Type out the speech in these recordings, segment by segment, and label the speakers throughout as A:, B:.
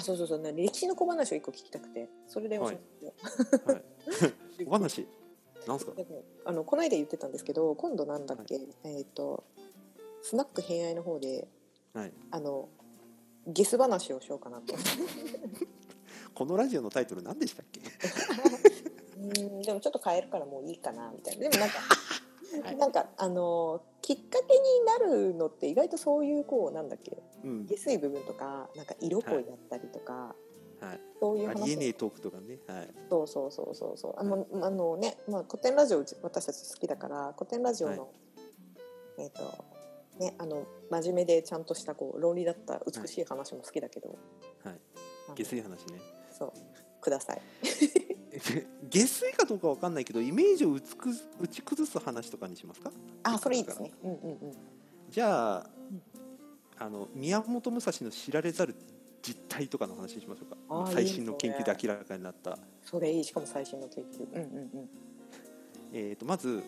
A: そうそうそうね歴史の小話を一個聞きたくてそれで教えてくれ
B: はい、お話なんすか
A: でもあのこの間言ってたんですけど今度なんだっけ、えっ、とスナック偏愛の方で
B: はい
A: あのゲス話をしようかなと
B: このラジオのタイトル何でしたっけ
A: うんでもちょっと変えるからもういいかなみたいなでもなんか、
B: はい
A: なんかあのきっかけになるのって意外とそういうこうなんだっけ
B: うん
A: 下水部分とかなんか色恋だったりとか、
B: はい
A: そういう
B: あ
A: 話
B: りえねえトークとかねはい
A: そうそうそうそうそうあのあのね、まあ、古典ラジオうち私たち好きだから古典ラジオの、
B: は
A: えっ、とねあの真面目でちゃんとしたこう論理だった美しい話も好きだけど、
B: はい
A: あの
B: 下水話ね
A: そうください
B: え下水かどうかわかんないけどイメージを打ち崩す打ち崩す話とかにしますか
A: あそれいいですねうんうんうん
B: じゃあ
A: うん
B: あの宮本武蔵の知られざる実態とかの話しましょう
A: あ
B: か
A: ー
B: 最新の
A: いい
B: 研
A: ね
B: 究で明らかになった
A: それいいしかも最新の研究うんうんうん
B: えー、とまず、
A: うん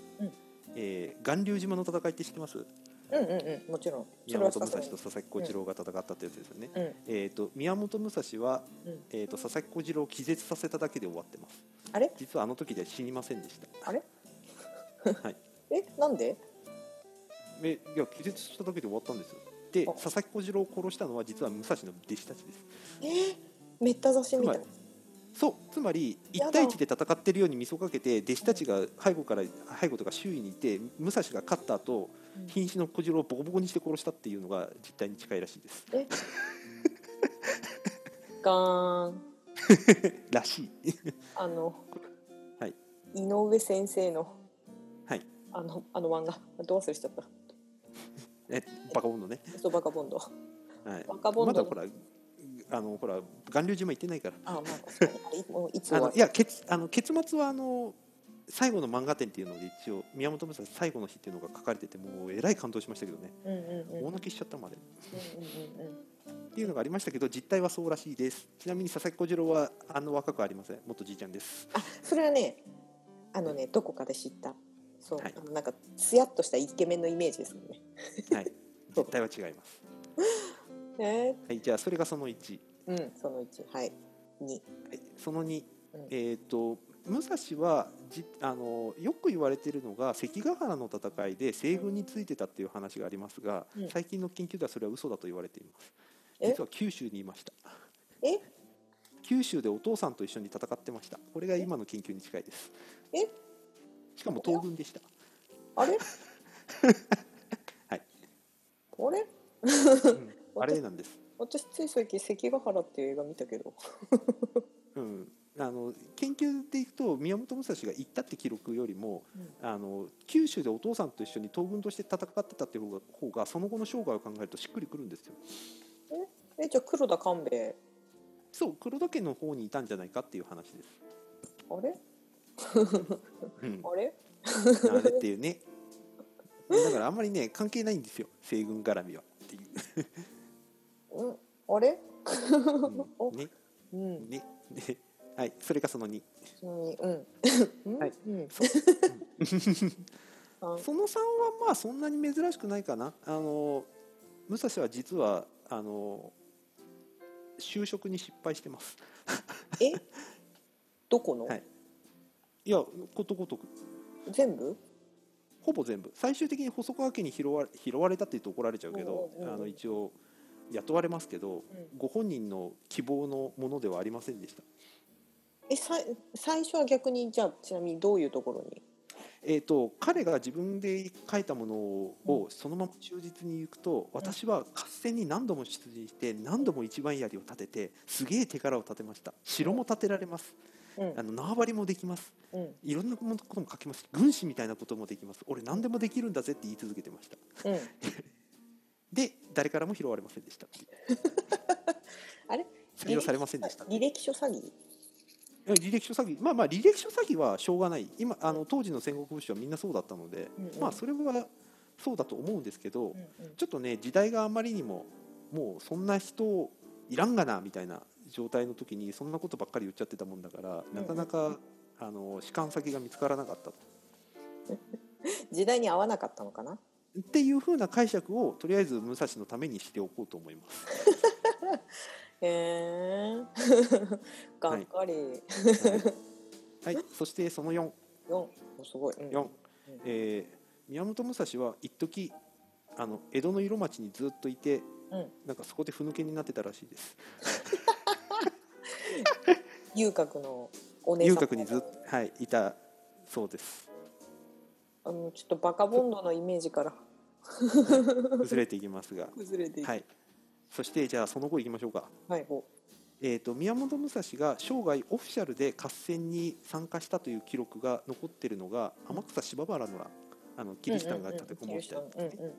B: えー巌流島の戦いって知ってます
A: うんうんうんもちろん
B: 宮本
A: さ
B: 武蔵
A: す
B: と
A: がに
B: 佐々木小次郎が戦ったってやつですよね、
A: うん
B: えー、と宮本武蔵は、
A: うん
B: えー、と佐々木小次郎を気絶させただけで終わってます
A: あれ
B: 実はあの時では死にませんでした
A: あれ
B: はい
A: えなんで
B: えいや気絶しただけで終わったんですよで
A: あ
B: 佐々木小次郎を殺したのは実は武蔵の弟子たちです
A: えー、めった刺しみたい
B: つまそうつまり
A: やだ
B: 1対1で戦ってるように見せかけて弟子たちが背後から背後とか周囲にいて武蔵が勝った後
A: うん
B: 瀕死の小次郎をボコボコにして殺したっていうのが実態に近いらしいです
A: ガーン
B: らしい
A: あの、
B: はい
A: 井上先生の、
B: はい、
A: あのあの漫画どう忘れしちゃった
B: えバカボンドね、
A: そうバカボンド
B: はい、
A: バカボンド
B: まだほらあのほら巌流島行ってないから
A: あまあ確かにあれもういつ終
B: あ
A: わ
B: の
A: る
B: いや結あの結末はあの最後の漫画展っていうので一応宮本武蔵最後の日っていうのが書かれててもうえらい感動しましたけどね
A: うんうんうんうんうん
B: 大泣きしちゃったまで
A: うんうん
B: っていうのがありましたけど実態はそうらしいですちなみに佐々木小次郎はあの若くありませんもっとじいちゃ んです
A: あそれはねあのねどこかで知ったそう、
B: はい
A: あのなんかツヤっとしたイケメンのイメージですよね
B: はい実態は違います
A: え
B: はいじゃあそれがその1、
A: ー、うんその1はい2
B: はい、その2
A: うん
B: えっ、と武蔵はじあのよく言われているのが関ヶ原の戦いで西軍についてたっていう話がありますが、
A: うん
B: 最近の研究ではそれは嘘だと言われています
A: え
B: 実は九州にいました
A: え
B: 九州でお父さんと一緒に戦ってましたこれが今の研究に近いです
A: え
B: しかも東軍 でした
A: あれ
B: はい
A: あれ
B: うんあれなんです
A: 私つい最近関ヶ原っていう映画見たけど
B: うん、あの研究でいくと宮本武蔵が行ったって記録よりも、
A: う
B: あの九州でお父さんと一緒に東軍として戦ってたっていう方が方がその後の生涯を考えるとしっくりくるんですよ。
A: えじゃあ黒田官兵衛
B: そう黒田家の方にいたんじゃないかっていう話です。
A: あれ
B: うん、
A: あれ
B: あれっていうねだからあんまりね関係ないんですよ西軍絡みはっていう。
A: うんあれ
B: う
A: お
B: んね
A: うん
B: ねねはいそれがその2。
A: ちなみにうんうん
B: はい
A: うん
B: そ
A: あ
B: その3はまあそんなに珍しくないかなあの武蔵は実はあの就職に失敗してます
A: えどこの
B: はいいやことごとく
A: 全部
B: ほぼ全部最終的に細川家に拾わ拾われたって言うと怒られちゃうけど
A: うんうんうんうん
B: あの一応雇われますけ
A: う
B: ど
A: ん
B: ご本人の希望のものではありませんでした
A: えさい最初は逆にじゃあちなみにどういうところに
B: えー、と彼が自分で書いたものをそのまま忠実に行くと、私は合戦に何度も出陣して何度も一番槍を立ててすげえ手柄を立てました城も立てられます
A: うん
B: あの縄張りもできます
A: うん
B: いろんなことも書きます軍師みたいなこともできます俺何でもできるんだぜって言い続けてました
A: うん
B: で誰からも拾われませんでしたっていう
A: あれ
B: 採用されませんでした
A: 履歴書詐欺
B: うん履歴書詐欺まあまあ履歴書詐欺はしょうがない今あの当時の戦国武士はみんなそうだったので、
A: うんうん
B: まあそれはそうだと思うんですけど、
A: うんうん
B: ちょっとね時代があまりにももうそんな人いらんがなみたいな状態の時にそんなことばっかり言っちゃってたもんだから
A: ん
B: なかなか、あの士官先が見つからなかったと
A: 時代に合わなかったのかな
B: っていうふうな解釈をとりあえず武蔵のためにしておこうと思います。
A: へ えがっかり、
B: はい、はいそしてその4
A: 四おすごい、うん
B: 4、えー宮本武蔵は一時あの江戸の色町にずっといて、
A: うん
B: なんかそこでふぬけになってたらしいです
A: 遊郭のお姉さん
B: 遊郭にずっと、はい、いたそうです
A: あのちょっとバカボンドのイメージから
B: 崩れていきま すが
A: 崩れていく
B: はいそしてじゃあその後いきましょうか
A: はいほ
B: えー、と宮本武蔵が生涯オフィシャルで合戦に参加したという記録が残っているのが天草柴原の乱あのキリシタンが立てこもったやつ
A: うんう
B: で
A: ん
B: すね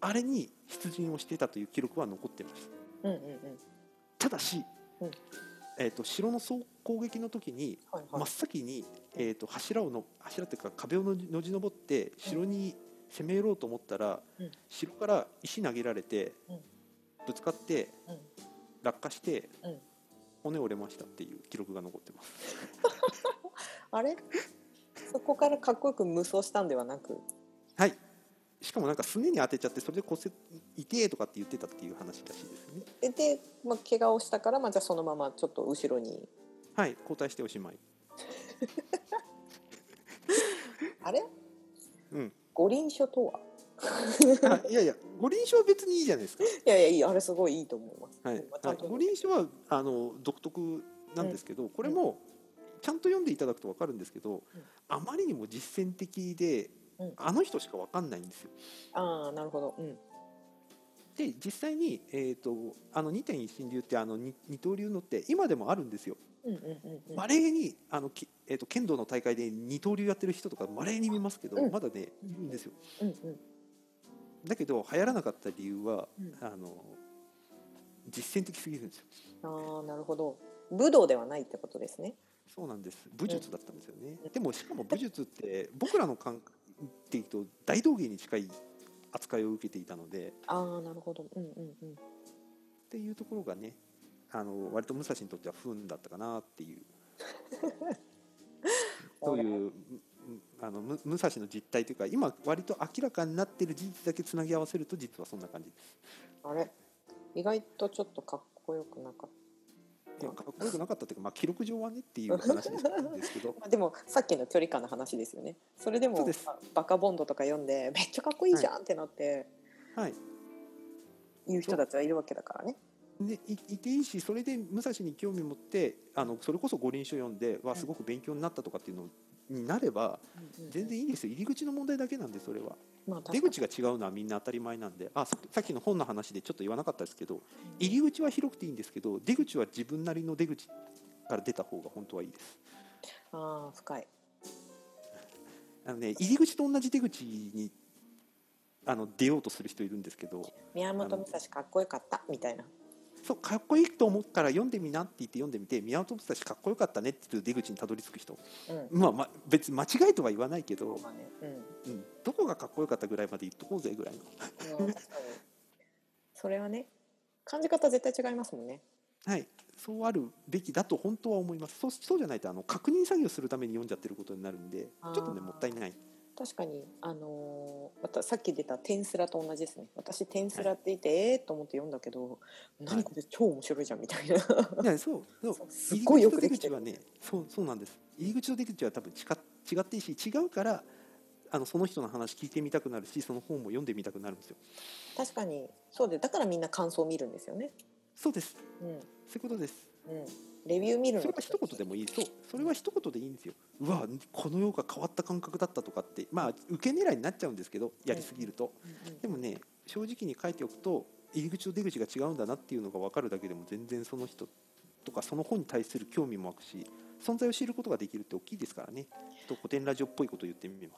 B: あれに出陣をしていたという記録は残ってました
A: うんうんうんうんうん
B: ただし、
A: うん
B: えー、と城の総攻撃の時に
A: はいは
B: 真っ
A: い
B: 先に、えー、と柱をの柱というか壁をのじのじ登って城に攻め寄ろうと思ったら、
A: うん
B: 城から石投げられて、
A: うん
B: ぶつかって
A: うん
B: 落下して、
A: うん
B: 骨折れましたっていう記録が残ってます。
A: あ れそこからかっこよく無双したんではなく
B: はい。しかもなんかすねに当てちゃってそれで骨折痛えとかって言ってたっていう話らしいですね。
A: でで、まあ、怪我をしたから、まあ、じゃあそのままちょっと後ろに
B: はい、交代しておし まい。
A: あれ
B: うん。
A: 五輪書とは
B: あいやいや、五輪書は別にいいじゃないです か。
A: いやいやいいあれすごいいいと思います、
B: はい。
A: まあち
B: は
A: ゃ
B: い
A: んと、
B: 五輪書はあの独特なんですけど、これもちゃんと読んでいただくとわかるんですけど、
A: うん
B: あまりにも実践的で
A: うん。
B: あの人しかわかんないんですよ。
A: ああなるほどうん
B: で実際に、えー、とあの二点一神流ってあの二二刀流のって今でもあるんですよ。
A: うんうんうんうん
B: まれにあの、きえー、と剣道の大会で二刀流やってる人とかまれに見ますけど、
A: うん
B: まだねいるんですよ
A: うんうん
B: だけど流行らなかった理由は、
A: うん
B: あの実践的すぎるんですよ
A: ああなるほど武道ではないってことですね
B: そうなんです武術だったんですよね、
A: うん
B: でもしかも武術って僕らの感覚でいうと大道芸に近い扱いを受けていたので
A: ああなるほどうんうんうん
B: っていうところがねあの割と武蔵にとっては不運だったかなっていうそういううんあのむ武蔵の実態というか今割と明らかになっている事実だけつなぎ合わせると実はそんな感じです
A: あれ意外とちょっとかっこよくなかっ
B: いやかっこよくなかったというか、まあ、記録上はねっていう話でしたんですけど
A: た、まあ、でもさっきの距離感の話ですよねそれで
B: そ
A: も
B: うです
A: まあバカボンドとか読んでめっちゃかっこいいじゃんってなって
B: はい
A: 言う人たちはいるわけだからね
B: でいいていいしそれで武蔵に興味持ってあのそれこそ五輪書読んでわすごく勉強になったとかっていうのになれば全然いいんですよ入り口の問題だけなんでそれは。
A: まあ確
B: 出
A: かに
B: 口が違うのはみんな当たり前なんであささっきの本の話でちょっと言わなかったですけど入り口は広くていいんですけど出口は自分なりの出口から出た方が本当はいいです
A: ああ深い
B: あの、ね、入り口と同じ出口にあの出ようとする人いるんですけど
A: 宮本武蔵かっこよかったみたいな
B: そうかっこいいと思うから読んでみなって言って読んでみて宮本武蔵かっこよかったねっていう出口にたどり着く人、
A: うん
B: まあまあ、別に間違いとは言わないけど
A: ま、あねうん
B: うん、どこがかっこよかったぐらいまで言っとこうぜぐらいの、
A: うん確かにそれはね感じ方絶対違いますもんね
B: はい、そうあるべきだと本当は思いますそうそうじゃないとあの確認作業するために読んじゃってることになるんで
A: あー
B: ちょっとねもったいない。
A: 確かにあのーまたさっき出た「テンスラ」と同じですね私「テンスラ」って言って、ええー、と思って読んだけど何これ超面白いじゃんみたいな
B: いやそうそう
A: すっごいよく
B: 入
A: で
B: り
A: き
B: 口
A: て
B: と出口は
A: る
B: ねそうそうなんです入り口と出口は多分違違っていいし違うからあのその人の話聞いてみたくなるしその本も読んでみたくなるんですよ
A: 確かにそうでだからみんな感想を見るんですよね
B: そうです
A: うん
B: そういうことです
A: うんレビュー見る
B: それ
A: の
B: は一言でもいいそうそれは一言でいいんですようわこの世が変わった感覚だったとかってまあ受け狙いになっちゃうんですけどやりすぎると
A: うんうん
B: でもね正直に書いておくと入り口と出口が違うんだなっていうのが分かるだけでも全然その人とかその本に対する興味も湧くし存在を知ることができるって大きいですからねと古典ラジオっぽいこと言ってみま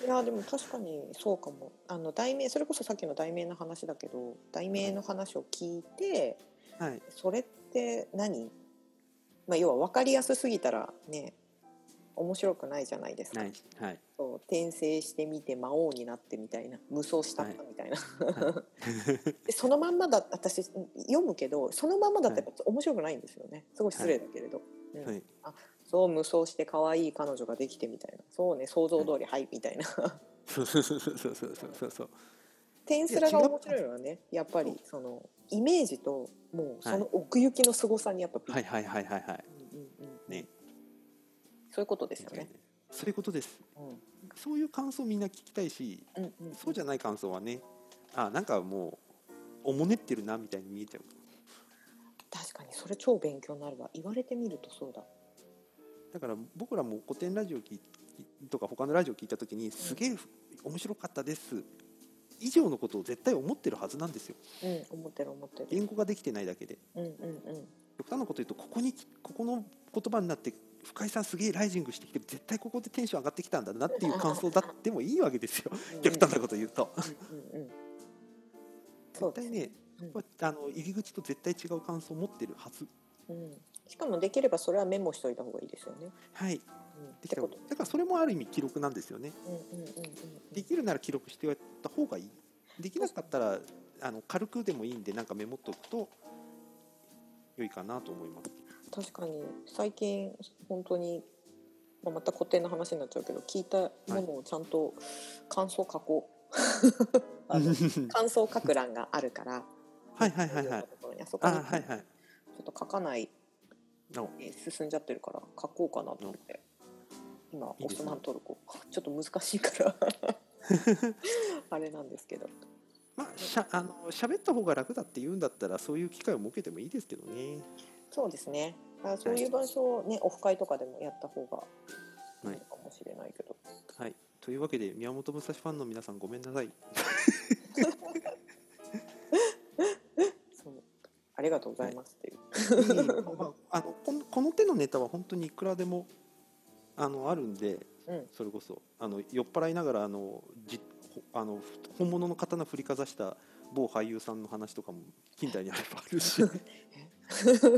B: す
A: いやでも確かにそうかもあの題名それこそさっきの題名の話だけど題名の話を聞いて
B: はい
A: それって何、まあ、要は分かりやすすぎたらね面白くないじゃないですか
B: ないはい
A: そう転生してみて魔王になってみたいな無双したったみたいな、
B: は
A: でそのまんまだ私読むけどそのまんまだってやっぱ面白くないんですよねすごい失礼だけれど、うん
B: はい
A: そう無双して可愛い彼女ができてみたいなそうね想像通りはい、みたいな
B: そうそうそうそうそうそうそう
A: テンスラが面白いのはねやっぱ
B: 違う
A: りそのイメージともうその奥行きの凄さにやっぱびっく
B: は
A: り
B: いはいはいはいはい
A: うんうんうん
B: ね
A: そういうことですよね。
B: そういうことです
A: うん
B: そういう感想みんな聞きたいし
A: うんうん、
B: そうじゃない感想はねあなんかもうおもねってるなみたいに見えちゃう
A: 確かにそれ超勉強になるわ言われてみるとそうだ。
B: だから僕らも古典ラジオ聞いとか他のラジオ聞いた時にすげえ面白かったです以上のことを絶対思ってるはずなんですよ
A: うん、思ってる思ってる。
B: 言語ができてないだけで
A: うんうん
B: 極端なこと言うとここにここの言葉になって深井さんすげえライジングしてきて絶対ここでテンション上がってきたんだなっていう感想だってもいいわけですよ
A: うん。
B: 極端なこと言うと
A: うんうん。そうで
B: 絶対
A: す
B: ね
A: ね。
B: やっぱあの入り口と絶対違う感想を持ってるはず
A: うん。しかもできればそれはメモしといた方がいいですよね。
B: はい
A: うん、っ
B: でき
A: て
B: ただ
A: こ
B: か
A: と。
B: らそれもある意味記録なんですよね
A: うんうんうんうん
B: できるなら記録しておいた方がいいできなかったらあの軽くでもいいんでなんかメモっとくと良いかなと思います
A: 確かに最近本当に、まあ、また固定の話になっちゃうけど聞いたものをちゃんと感想書こう。 あの感想書く欄があるから。
B: はいはいはいはい
A: ところにあそこ
B: あ
A: にちょ
B: はいはい
A: っと書かない
B: の
A: えー進んじゃってるから書こうかなと思って今
B: いい
A: オ
B: です
A: ス
B: ね
A: マントルコ ちょっと難しいから あれなんですけど
B: まあしゃあの喋った方が楽だって言うんだったらそういう機会を設けてもいいですけどね
A: そうですねあそういう場所をねオフ会とかでもやった方が
B: はい
A: いいかもしれないけど、
B: はいというわけで宮本武蔵ファンの皆さんごめんなさい
A: そうありがとうございますっていう、
B: いえいえまあ、あのこのこの手のネタは本当にいくらでもあのあるんで、
A: うん
B: それこそあの酔っ払いながらあのじほあのふ本物の刀振りかざした某俳優さんの話とかも近代にあればある し、はい、そ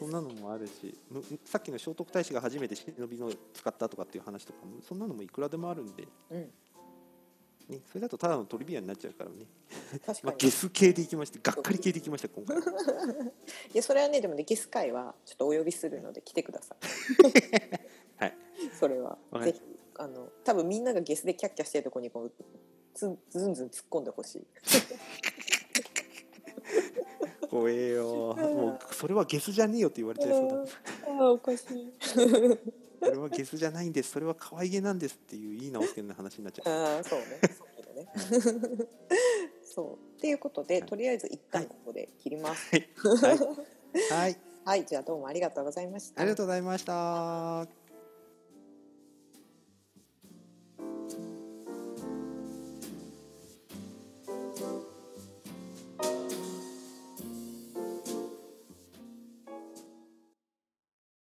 B: そんなのもあるしむさっきの聖徳太子が初めて忍びの使ったとかっていう話とかもそんなのもいくらでもあるんで、
A: うん
B: ね、それだとただのトリビアになっちゃうからね、
A: 確
B: ま
A: か
B: あ、
A: に
B: ゲス系でいきましてがっかり系でいきました今回は。
A: いやそれはねでもねゲス会はちょっとお呼びするので来てください
B: はい
A: それは
B: わかり
A: ぜひあの多分みんながゲスでキャッキャしてるとこにこうずんずんずん突っ込んでほしい
B: 怖えよもうそれはゲスじゃねえよって言われちゃいそうだ
A: ああおかしい
B: それはゲスじゃないんですそれは可愛げなんですっていう言い直すけな話になっちゃう
A: ああそうね。そうだね。 そう。っていうことで、
B: はい
A: とりあえず一旦ここで切ります。
B: はい、はい、
A: はい、じゃあどうもありがとうございました。
B: ありがとうございました